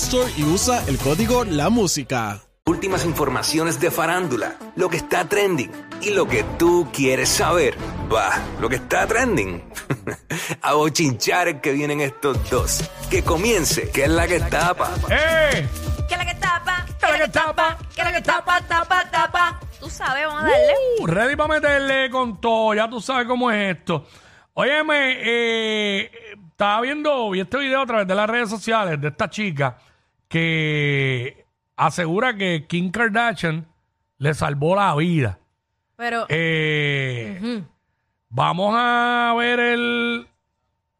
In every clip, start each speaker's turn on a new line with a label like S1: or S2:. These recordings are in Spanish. S1: Store y usa el código La Música.
S2: Últimas informaciones de farándula, lo que está trending y lo que tú quieres saber. Va, lo que está trending. A bochinchar que vienen estos dos. Que comience, que es la que tapa.
S3: ¡Eh!
S4: Que la que tapa, que
S3: la
S4: la
S3: que
S4: que
S3: tapa,
S4: tapa, que la que tapa, tapa, tapa. Tú sabes, vamos a darle.
S3: Uh, ready para meterle con todo, ya tú sabes cómo es esto. Óyeme, eh, estaba viendo hoy este video a través de las redes sociales de esta chica que asegura que Kim Kardashian le salvó la vida.
S4: Pero,
S3: Eh, Vamos a ver el.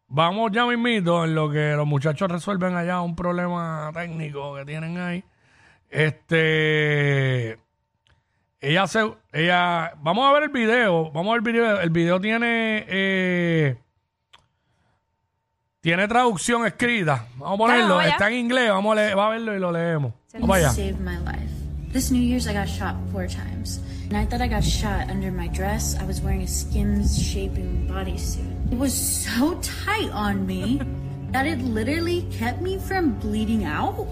S3: Vamos ya mismito en lo que los muchachos resuelven allá un problema técnico que tienen ahí. Este. Ella se. Ella. Vamos a ver el video. Vamos a ver el video. El video tiene. eh, tiene traducción escrita. Vamos a ponerlo.
S4: vamos allá.
S3: Está en inglés. Vamos a, le- va a verlo y lo leemos. Vamos
S5: You
S3: allá.
S5: saved my life. This New Year's, I got shot four times. And I thought I got shot under my dress. I was wearing a Skims shaping bodysuit. It was so tight on me that it literally kept me from bleeding out.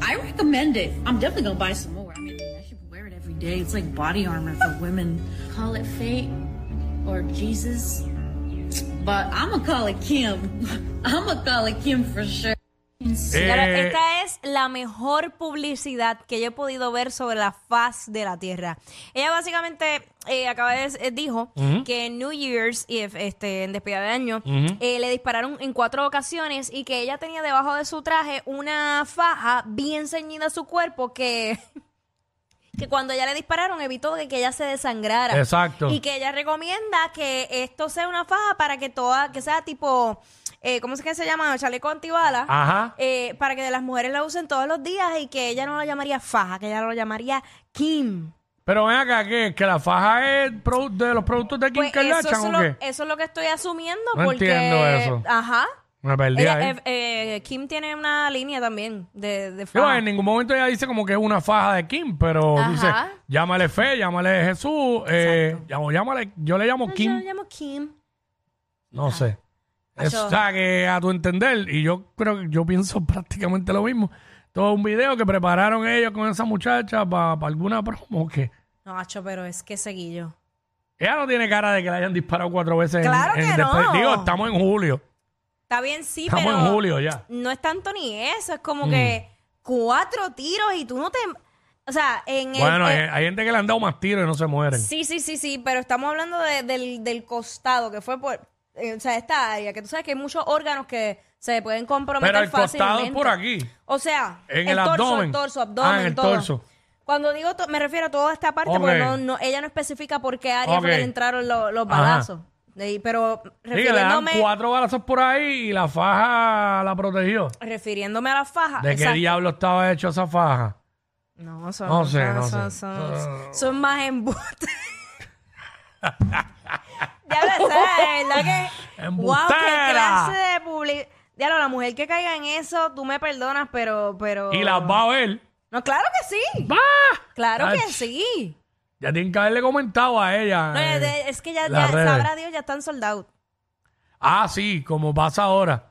S5: I recommend it. I'm definitely gonna buy some more. I mean, I should wear it every day. It's like body armor for women. Call it fate or Jesus, but I'ma call it Kim. I'ma call it Kim for sure.
S4: claro,
S3: Eh,
S4: esta es la mejor publicidad que yo he podido ver sobre la faz de la Tierra. Ella básicamente eh, acaba de eh, dijo que en New Year's y eh, este en despedida de año eh, le dispararon en cuatro ocasiones y que ella tenía debajo de su traje una faja bien ceñida a su cuerpo que que cuando ella le dispararon evitó de que ella se desangrara.
S3: Exacto.
S4: Y que ella recomienda que esto sea una faja para que toda, que sea tipo, eh, ¿cómo es que se llama? Chaleco antibala.
S3: Ajá.
S4: Eh, para que las mujeres la usen todos los días y que ella no la llamaría faja, que ella lo llamaría Kim.
S3: Pero ven acá, ¿qué? ¿Que la faja es produ- de los productos de Kim
S4: Pues eso,
S3: Kardashian
S4: es
S3: o
S4: lo,
S3: qué?
S4: eso es lo que estoy asumiendo
S3: No
S4: porque...
S3: entiendo eso.
S4: Ajá.
S3: Me perdí
S4: Ella-
S3: ahí.
S4: eh, eh, Kim tiene una línea también de, de
S3: Sí, bueno,
S4: faja.
S3: en ningún momento ella dice como que es una faja de Kim, pero
S4: ah. Ajá.
S3: dice, llámale fe, llámale Jesús, eh, o llámale, yo le llamo
S4: No, Pues Yo Ah. la
S3: Kim,
S4: llamo Kim.
S3: no sé. Es,
S4: Acho.
S3: o sea, que a tu entender, y yo creo que yo pienso prácticamente lo mismo. Todo un video que prepararon ellos con esa muchacha para alguna promo que
S4: No, Acho, pero es que seguillo.
S3: ella no tiene cara de que la hayan disparado cuatro veces. en-
S4: Claro
S3: en
S4: que
S3: después-
S4: no.
S3: Digo, estamos en julio.
S4: Está bien, sí,
S3: Estamos
S4: pero...
S3: en julio ya. Mm.
S4: no es tanto ni eso, es como que cuatro tiros y tú no te... O sea, en el-
S3: Bueno, hay,
S4: el...
S3: hay gente que le han dado más tiros y no se mueren.
S4: Este, Sí, sí, sí, sí, pero estamos hablando de- del, del costado, que fue por... eh, o sea, esta área, que tú sabes que hay muchos órganos que se pueden comprometer
S3: Pero el costado es
S4: fácilmente.
S3: por aquí.
S4: O sea,
S3: En el
S4: torso,
S3: abdomen.
S4: el torso, abdomen,
S3: Ah, en el
S4: todo.
S3: torso.
S4: Cuando digo, to- me refiero a toda esta parte,
S3: Ok.
S4: porque no, no- ella no especifica por qué área fue
S3: Ok.
S4: que le entraron lo- los
S3: Ajá.
S4: balazos. Eh, Pero
S3: Sí, que le dan
S4: refiriéndome,
S3: cuatro balazos por ahí y la faja la protegió.
S4: refiriéndome a la faja.
S3: ¿De qué
S4: Ah, exacto.
S3: diablo estaba hecho esa faja?
S4: No, son,
S3: No sé,
S4: son,
S3: no
S4: son,
S3: sé.
S4: son- son más embustes. ya lo sabes, ¿verdad que? Wow,
S3: ¡Embustera!
S4: qué clase de publicidad. Diablo, la mujer que caiga en eso, tú me perdonas, pero, pero.
S3: Y las va a ver.
S4: No, claro que sí.
S3: ¡Va!
S4: Claro
S3: Ach.
S4: que sí.
S3: Ya tienen que haberle comentado a ella.
S4: No,
S3: eh,
S4: es- es que ya, ya
S3: las redes.
S4: sabrá Dios, ya están soldados.
S3: Ah, sí, como pasa ahora.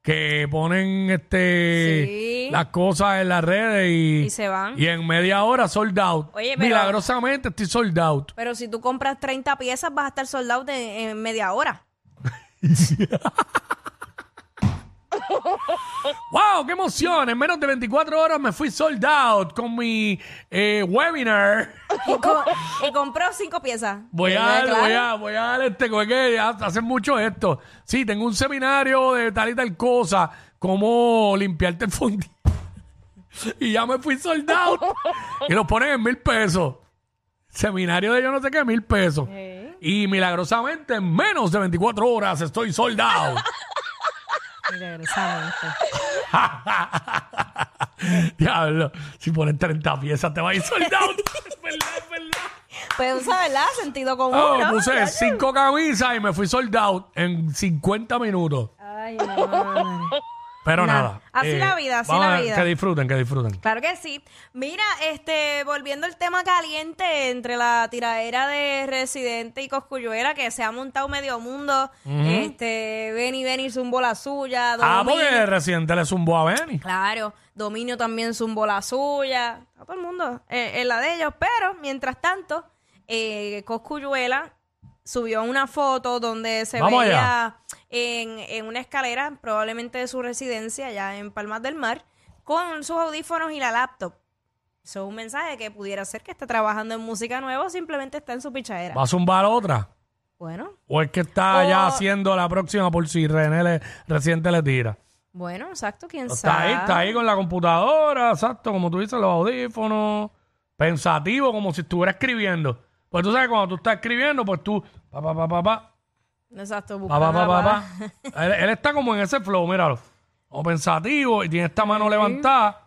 S3: Que ponen este
S4: Sí.
S3: las cosas en las redes y,
S4: Y se van.
S3: y en media hora sold out.
S4: Oye, pero-
S3: Milagrosamente estoy sold out.
S4: Pero si tú compras 30 piezas, vas a estar soldado de- en media hora.
S3: ¡Wow! ¡Qué emoción! En menos de 24 horas me fui sold out con mi eh, webinar.
S4: Y, co- y compró cinco piezas.
S3: Voy a,
S4: ¿Verdad?
S3: dar,
S4: Claro.
S3: voy a, voy a dar este, como es que ha- hacen mucho esto. Sí, tengo un seminario de tal y tal cosa, cómo limpiarte el fundillo. y ya me fui soldado. y lo ponen en mil pesos. Seminario de yo no sé qué, mil pesos. Y milagrosamente, en menos de 24 horas estoy soldado.
S4: Milagrosamente.
S3: Diablo, si ponen 30 piezas te va a ir soldado. es verdad, es verdad.
S4: Pues, ¿verdad? Sentido común.
S3: Oh,
S4: ¿no?
S3: puse cinco camisas y me fui soldado en 50 minutos.
S4: Ay, madre.
S3: Pero
S4: Nada.
S3: nada. eh,
S4: Así la vida, así
S3: vamos
S4: la
S3: a-
S4: vida.
S3: Que disfruten, que disfruten.
S4: Claro que sí. Mira, este, volviendo al tema caliente entre la tiradera de Residente y Cosculluela, que se ha montado medio mundo, este, Benny Benny zumbó la suya,
S3: Ah,
S4: Dominio,
S3: porque reciente le zumbó a Benny.
S4: claro, Dominio también zumbó la suya, Está todo el mundo eh, en la de ellos, pero mientras tanto, eh, Cosculluela subió una foto donde se
S3: Vamos
S4: veía en, en una escalera, probablemente de su residencia allá en Palmas del Mar, con sus audífonos y la laptop. Eso es un mensaje que pudiera ser que esté trabajando en música nueva o simplemente está en su pichadera.
S3: ¿Va a zumbar otra?
S4: Bueno,
S3: ¿O es que está ya
S4: O-
S3: haciendo la próxima por si René le, reciente le tira?
S4: bueno, exacto, quién
S3: Está
S4: sabe.
S3: ahí, está ahí con la computadora, exacto, como tú dices, los audífonos. Pensativo, como si estuviera escribiendo. Pues tú sabes, cuando tú estás escribiendo, pues tú, pa, pa, pa, pa, pa,
S4: Exacto,
S3: pa, pa,
S4: buscando ¿eh?
S3: pa,
S4: la
S3: pa,
S4: palabra.
S3: pa. Él, él está como en ese flow, míralo. O pensativo, y tiene esta mano levantada.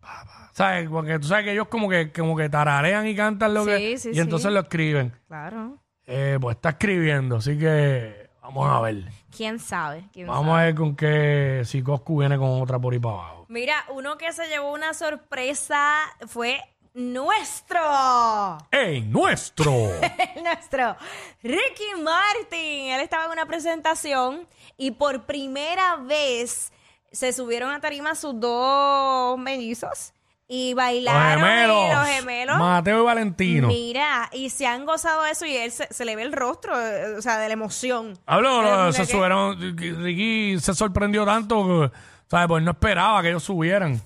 S3: Pa, pa. ¿Sabes? Porque tú sabes que ellos como que, como que tararean y cantan lo
S4: Sí,
S3: que.
S4: sí,
S3: y
S4: sí.
S3: entonces lo escriben.
S4: Claro.
S3: Eh, pues está escribiendo, así que vamos a ver.
S4: ¿Quién sabe? ¿Quién
S3: Vamos a ver con qué si Coscu viene con otra por ahí para abajo.
S4: Mira, uno que se llevó una sorpresa fue nuestro,
S3: ¡En nuestro!
S4: nuestro Ricky Martin. Él estaba en una presentación y por primera vez se subieron a tarima sus dos mellizos y bailaron y los gemelos.
S3: Mateo y Valentino.
S4: Mira, y se han gozado de eso y él se, se le ve el rostro, eh, o sea, de la emoción.
S3: Habló,
S4: Pero
S3: lo-
S4: mira
S3: se
S4: que-
S3: subieron. Ricky se sorprendió tanto, que, ¿sabes? Pues no esperaba que ellos subieran.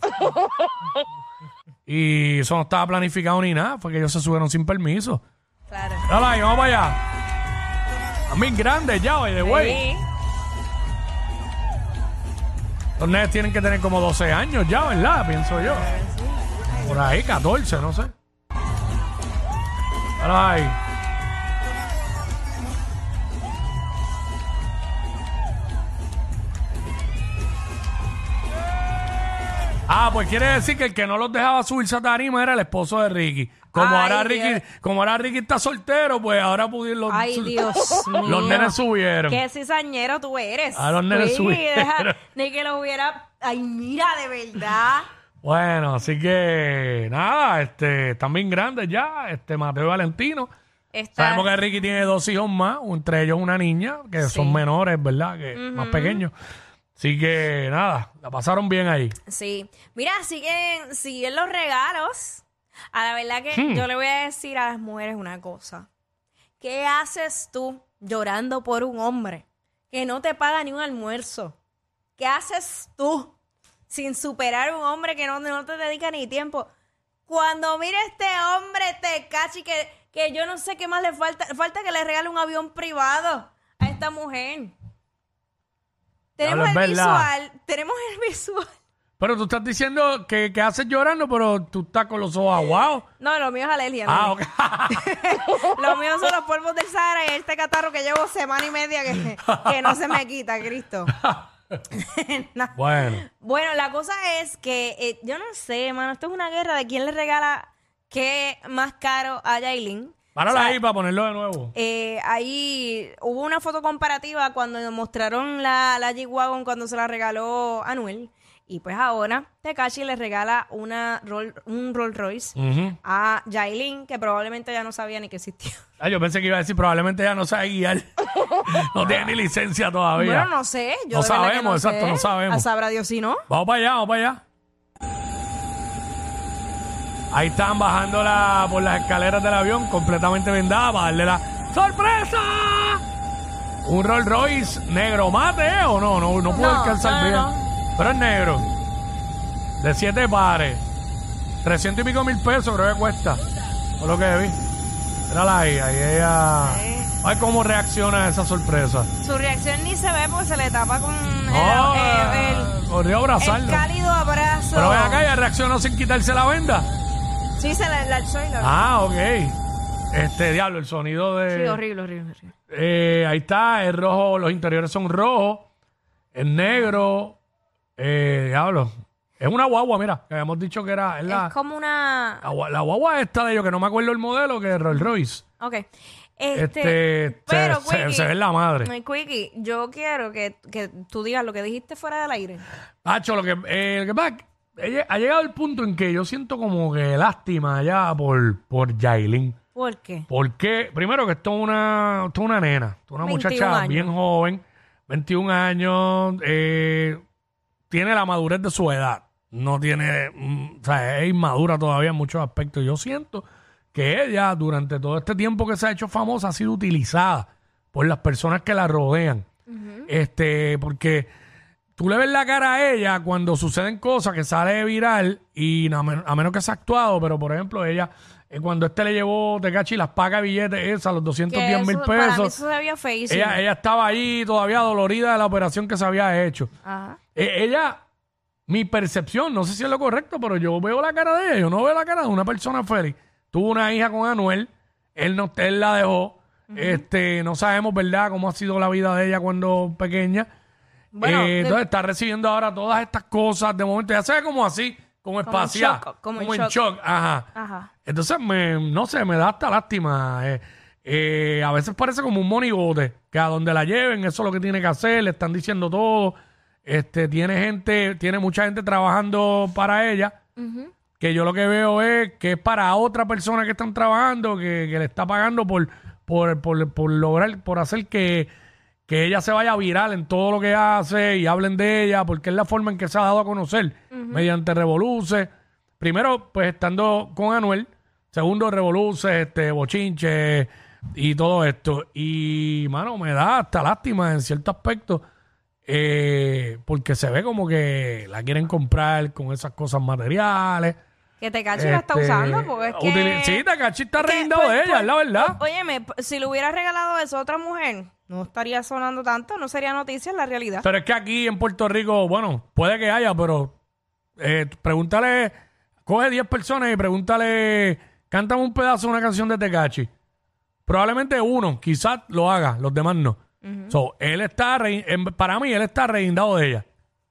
S3: y eso no estaba planificado ni nada, fue que ellos se subieron sin permiso.
S4: Claro.
S3: Dale ahí, vamos para allá. A mí grandes ya, oye, de güey.
S4: Sí.
S3: Los nenes tienen que tener como 12 años ya, ¿verdad? Pienso yo. Por ahí, 14, no sé. Ahora ahí. Ah, pues quiere decir que el que no los dejaba subirse a tarima era el esposo de Ricky. Como
S4: Ay,
S3: ahora
S4: Dios.
S3: Ricky, como ahora Ricky está soltero, pues ahora pudieron los,
S4: Ay, Dios mío.
S3: los nenes subieron.
S4: Qué cizañero tú eres.
S3: A Ah, los nenes
S4: Ricky,
S3: subieron.
S4: deja- Ni que lo hubiera... Ay, mira, de verdad.
S3: Bueno, así que nada, este, están bien grandes ya, este Mateo y Valentino.
S4: Está-
S3: Sabemos que Ricky tiene dos hijos más, entre ellos una niña, que son menores, ¿verdad? Que más pequeños. Así que nada, la pasaron bien ahí.
S4: Sí. Mira, siguen, siguen los regalos. A la verdad que
S3: Hmm.
S4: yo le voy a decir a las mujeres una cosa. ¿Qué haces tú llorando por un hombre que no te paga ni un almuerzo? ¿Qué haces tú sin superar un hombre que no, no te dedica ni tiempo? Cuando mire este hombre te cachi que, que yo no sé qué más le falta. Falta que le regale un avión privado a esta mujer. Tenemos el
S3: Diablo, es verdad.
S4: visual. Tenemos el visual.
S3: Pero tú estás diciendo que, que haces llorando, pero tú estás con los ojos aguados.
S4: No, lo mío es alergia.
S3: Ah,
S4: nene.
S3: ok.
S4: Lo mío son los polvos del Sahara y este catarro que llevo semana y media que, que no se me quita, Cristo. Na-
S3: Bueno,
S4: bueno, la cosa es que eh, yo no sé, mano, esto es una guerra de quién le regala qué más caro a Yailin.
S3: párala ahí para ponerlo de nuevo.
S4: Eh, ahí hubo una foto comparativa cuando mostraron la, la G-Wagon cuando se la regaló Anuel. Y pues ahora Tekashi le regala una Roll- un Rolls Royce
S3: Ujú.
S4: a Yailin, que probablemente ya no sabía ni que existía.
S3: Ah, yo pensé que iba a decir, probablemente ya no sabe guiar. no tiene ni licencia todavía.
S4: Bueno, no sé. Yo
S3: No
S4: de verdad que
S3: sabemos,
S4: no
S3: exacto,
S4: sé.
S3: no sabemos.
S4: Ah, Sabrá Dios si no.
S3: Vamos para allá, vamos para allá. Ahí están bajando la- por las escaleras del avión completamente vendada para darle la sorpresa. Un Rolls Royce negro mate, ¿eh? ¿O no? No, no puedo
S4: No,
S3: alcanzar
S4: no,
S3: bien.
S4: no,
S3: Pero es negro. De siete pares. 300 y pico mil pesos creo que cuesta. Por lo que vi. Era la IA y ella...
S4: Sí.
S3: Ay, cómo reacciona a esa sorpresa.
S4: Su reacción ni se ve porque se le tapa con el-
S3: No,
S4: eh,
S3: eh,
S4: el,
S3: corrió a
S4: el
S3: abrazarlo.
S4: cálido abrazo.
S3: Pero ven acá, ella reaccionó sin quitarse la venda.
S4: Sí, se la, la alzó y lo-
S3: Ah, ok. Este diablo, el sonido de...
S4: Sí, horrible, horrible, horrible.
S3: Eh, ahí está, es rojo, los interiores son rojos, es negro, eh, diablo. Es una guagua, mira, que habíamos dicho que era es la,
S4: Es como una...
S3: la gua- la guagua esta de ellos, que no me acuerdo el modelo, que es Rolls Royce.
S4: Ok.
S3: Este,
S4: Este,
S3: se- se,
S4: Quickie,
S3: se ve en la madre.
S4: eh, Quickie, yo quiero que, que tú digas lo que dijiste fuera del aire.
S3: Hacho, lo que, eh, lo que pasa es que ella- ha llegado el punto en que yo siento como que lástima ya por, por Yailin.
S4: ¿Por qué?
S3: Porque, primero que esto es una, esto es una nena, esto es una
S4: 21
S3: muchacha
S4: años.
S3: bien joven, 21 años, eh, tiene la madurez de su edad. No tiene, mm, o sea, es inmadura todavía en muchos aspectos. Yo siento que ella, durante todo este tiempo que se ha hecho famosa, ha sido utilizada por las personas que la rodean. Este, porque tú le ves la cara a ella cuando suceden cosas que sale viral y a, men- a menos que sea actuado, pero por ejemplo, ella, eh, cuando este le llevó Tecachi las pacas de billetes esas, los
S4: Que
S3: 210 mil
S4: eso- Para mí
S3: pesos,
S4: eso se veía feísimo.
S3: ella, ella estaba ahí todavía dolorida de la operación que se había hecho.
S4: Ajá.
S3: Eh, ella, mi percepción, no sé si es lo correcto, pero yo veo la cara de ella, yo no veo la cara de una persona feliz. Tuvo una hija con Anuel, él, no, él la dejó. Este, no sabemos, ¿verdad?, cómo ha sido la vida de ella cuando pequeña.
S4: Bueno,
S3: Eh,
S4: de-
S3: entonces está recibiendo ahora todas estas cosas de momento. Ya se ve como así, como espaciada.
S4: shock, como en shock.
S3: Ajá.
S4: Ajá.
S3: Entonces, me, no sé, me da hasta lástima. Eh, eh, a veces parece como un monigote, que a donde la lleven, eso es lo que tiene que hacer, le están diciendo todo. Este, tiene gente, tiene mucha gente trabajando para ella, que yo lo que veo es que es para otra persona que están trabajando, que, que le está pagando por, por, por, por lograr, por hacer que, que ella se vaya viral en todo lo que hace y hablen de ella, porque es la forma en que se ha dado a conocer, mediante Revoluce. Primero, pues estando con Anuel. Segundo, Revoluce, este, Bochinche y todo esto. Y, mano, me da hasta lástima en cierto aspecto, eh, porque se ve como que la quieren comprar con esas cosas materiales.
S4: Que te cacho la está
S3: Este,
S4: usando porque es que...
S3: utili- Sí, Tekashi está
S4: que,
S3: rindado
S4: pues,
S3: de ella,
S4: pues,
S3: es la verdad.
S4: Óyeme, p- si le hubiera regalado eso a otra mujer, no estaría sonando tanto, no sería noticia en la realidad.
S3: Pero es que aquí en Puerto Rico, bueno, puede que haya, pero eh, pregúntale, coge 10 personas y pregúntale, cántame un pedazo de una canción de Tecachi. Probablemente uno, quizás lo haga, los demás no. So, él está, re- en- para mí, él está reindado de ella,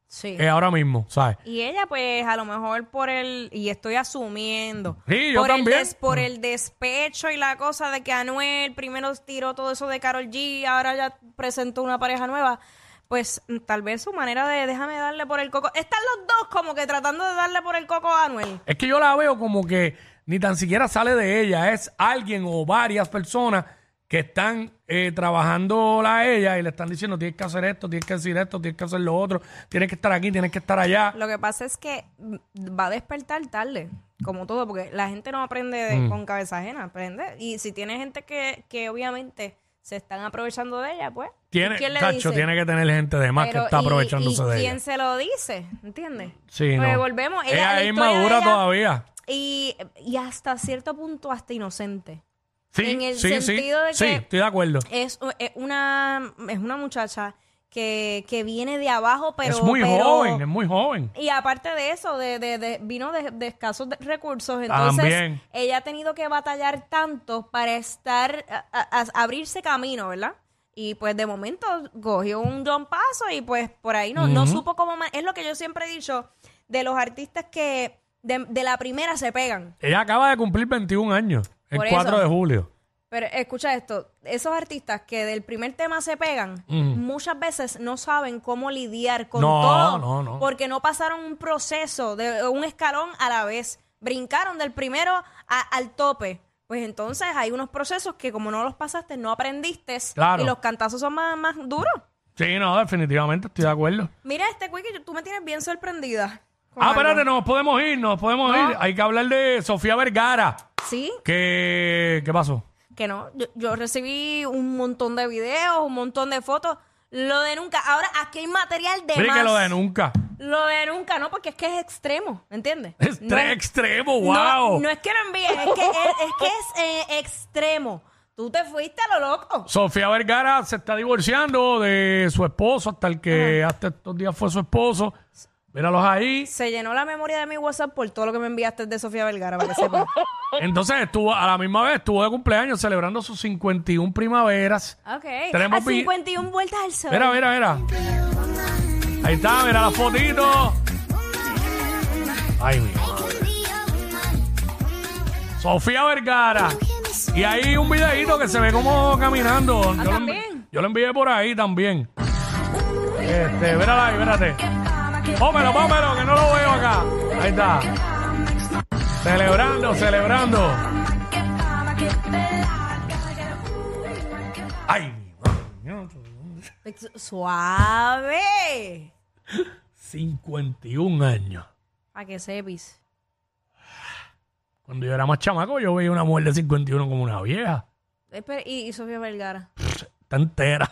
S4: Sí.
S3: eh, ahora mismo, ¿sabes?
S4: Y ella, pues, a lo mejor por el, y estoy asumiendo,
S3: Sí, yo
S4: por,
S3: también.
S4: El des- por el despecho y la cosa de que Anuel primero tiró todo eso de Carol G, ahora ya presentó una pareja nueva, pues mm, tal vez su manera de déjame darle por el coco. Están los dos como que tratando de darle por el coco a Anuel.
S3: Es que yo la veo como que ni tan siquiera sale de ella, es alguien o varias personas que están eh, trabajándola a ella y le están diciendo tienes que hacer esto, tienes que decir esto, tienes que hacer lo otro, tienes que estar aquí, tienes que estar allá.
S4: Lo que pasa es que mm, va a despertar tarde, como todo, porque la gente no aprende de-
S3: Mm.
S4: con cabeza ajena, aprende. Y si tiene gente que, que obviamente se están aprovechando de ella, pues.
S3: Tiene,
S4: ¿quién le
S3: Tacho,
S4: dice?
S3: tiene que tener gente de más
S4: Pero,
S3: que está
S4: ¿y-
S3: aprovechándose
S4: y
S3: de
S4: ¿Quién
S3: ella.
S4: se lo dice? ¿Entiendes?
S3: Sí,
S4: Pues
S3: no.
S4: volvemos. Ella,
S3: Ella
S4: la
S3: es
S4: historia de
S3: inmadura
S4: ella-
S3: todavía.
S4: Y, y hasta cierto punto, hasta inocente.
S3: Sí,
S4: en el
S3: sí, sí.
S4: sentido de que- Eh,
S3: sí, estoy de acuerdo.
S4: Es, u- es una, es una muchacha que, que viene de abajo, pero.
S3: es muy
S4: pero-
S3: joven, es muy joven.
S4: Y aparte de eso, de, de- de- vino de, de escasos de- recursos. Entonces,
S3: También.
S4: ella ha tenido que batallar tanto para estar, a- a- a- abrirse camino, ¿verdad? Y pues de momento cogió un don paso y pues por ahí no, no supo cómo... ma- Es lo que yo siempre he dicho de los artistas que de, de la primera se pegan.
S3: Ella acaba de cumplir 21 años, el
S4: Por
S3: 4
S4: eso.
S3: de julio.
S4: Pero escucha esto, esos artistas que del primer tema se pegan, muchas veces no saben cómo lidiar con
S3: No,
S4: todo,
S3: no, no.
S4: porque no pasaron un proceso de un escalón a la vez, brincaron del primero a- al tope. Pues entonces hay unos procesos que como no los pasaste, no aprendiste
S3: Claro.
S4: y los cantazos son más, más duros.
S3: Sí, no, definitivamente estoy de acuerdo.
S4: Mira este Quickie, tú me tienes bien sorprendida. con
S3: Ah,
S4: algo.
S3: espérate, nos podemos ir, nos podemos ir. Hay que hablar de Sofía Vergara.
S4: Sí,
S3: ¿Qué, qué pasó?
S4: que no. Yo, yo recibí un montón de videos, un montón de fotos. Lo de nunca. Ahora aquí hay material de
S3: Mire
S4: más.
S3: que lo de nunca.
S4: Lo de nunca, no, porque es que es extremo, ¿entiendes?
S3: Es
S4: No
S3: tre- extremo, wow.
S4: No, no es que no envíes, es que es, es que es eh, extremo. Tú te fuiste a lo loco.
S3: Sofía Vergara se está divorciando de su esposo, hasta el que hasta estos días fue su esposo. Míralos ahí.
S4: Se llenó la memoria de mi WhatsApp por todo lo que me enviaste de Sofía Vergara, para que sepas.
S3: Entonces estuvo, a la misma vez estuvo de cumpleaños celebrando sus 51 primaveras.
S4: Ok.
S3: Tenemos
S4: a
S3: vi-
S4: 51 vueltas al sol.
S3: Mira, mira, mira. Ahí está, mira la fotito. Ay, mi madre. Sofía Vergara. Y ahí un videito que se ve como caminando. yo, lo, envi-
S4: también.
S3: yo lo envié por ahí también. Este, mírala ahí, espérate. Pómelo, pómelo, que no lo veo acá. Ahí está. Celebrando, celebrando. Ay, mi madre.
S4: Su- Suave.
S3: 51 años.
S4: Para que sepas.
S3: Cuando yo era más chamaco, yo veía una mujer de 51 como una vieja.
S4: Espera, Y, y Sofía Vergara.
S3: Está entera.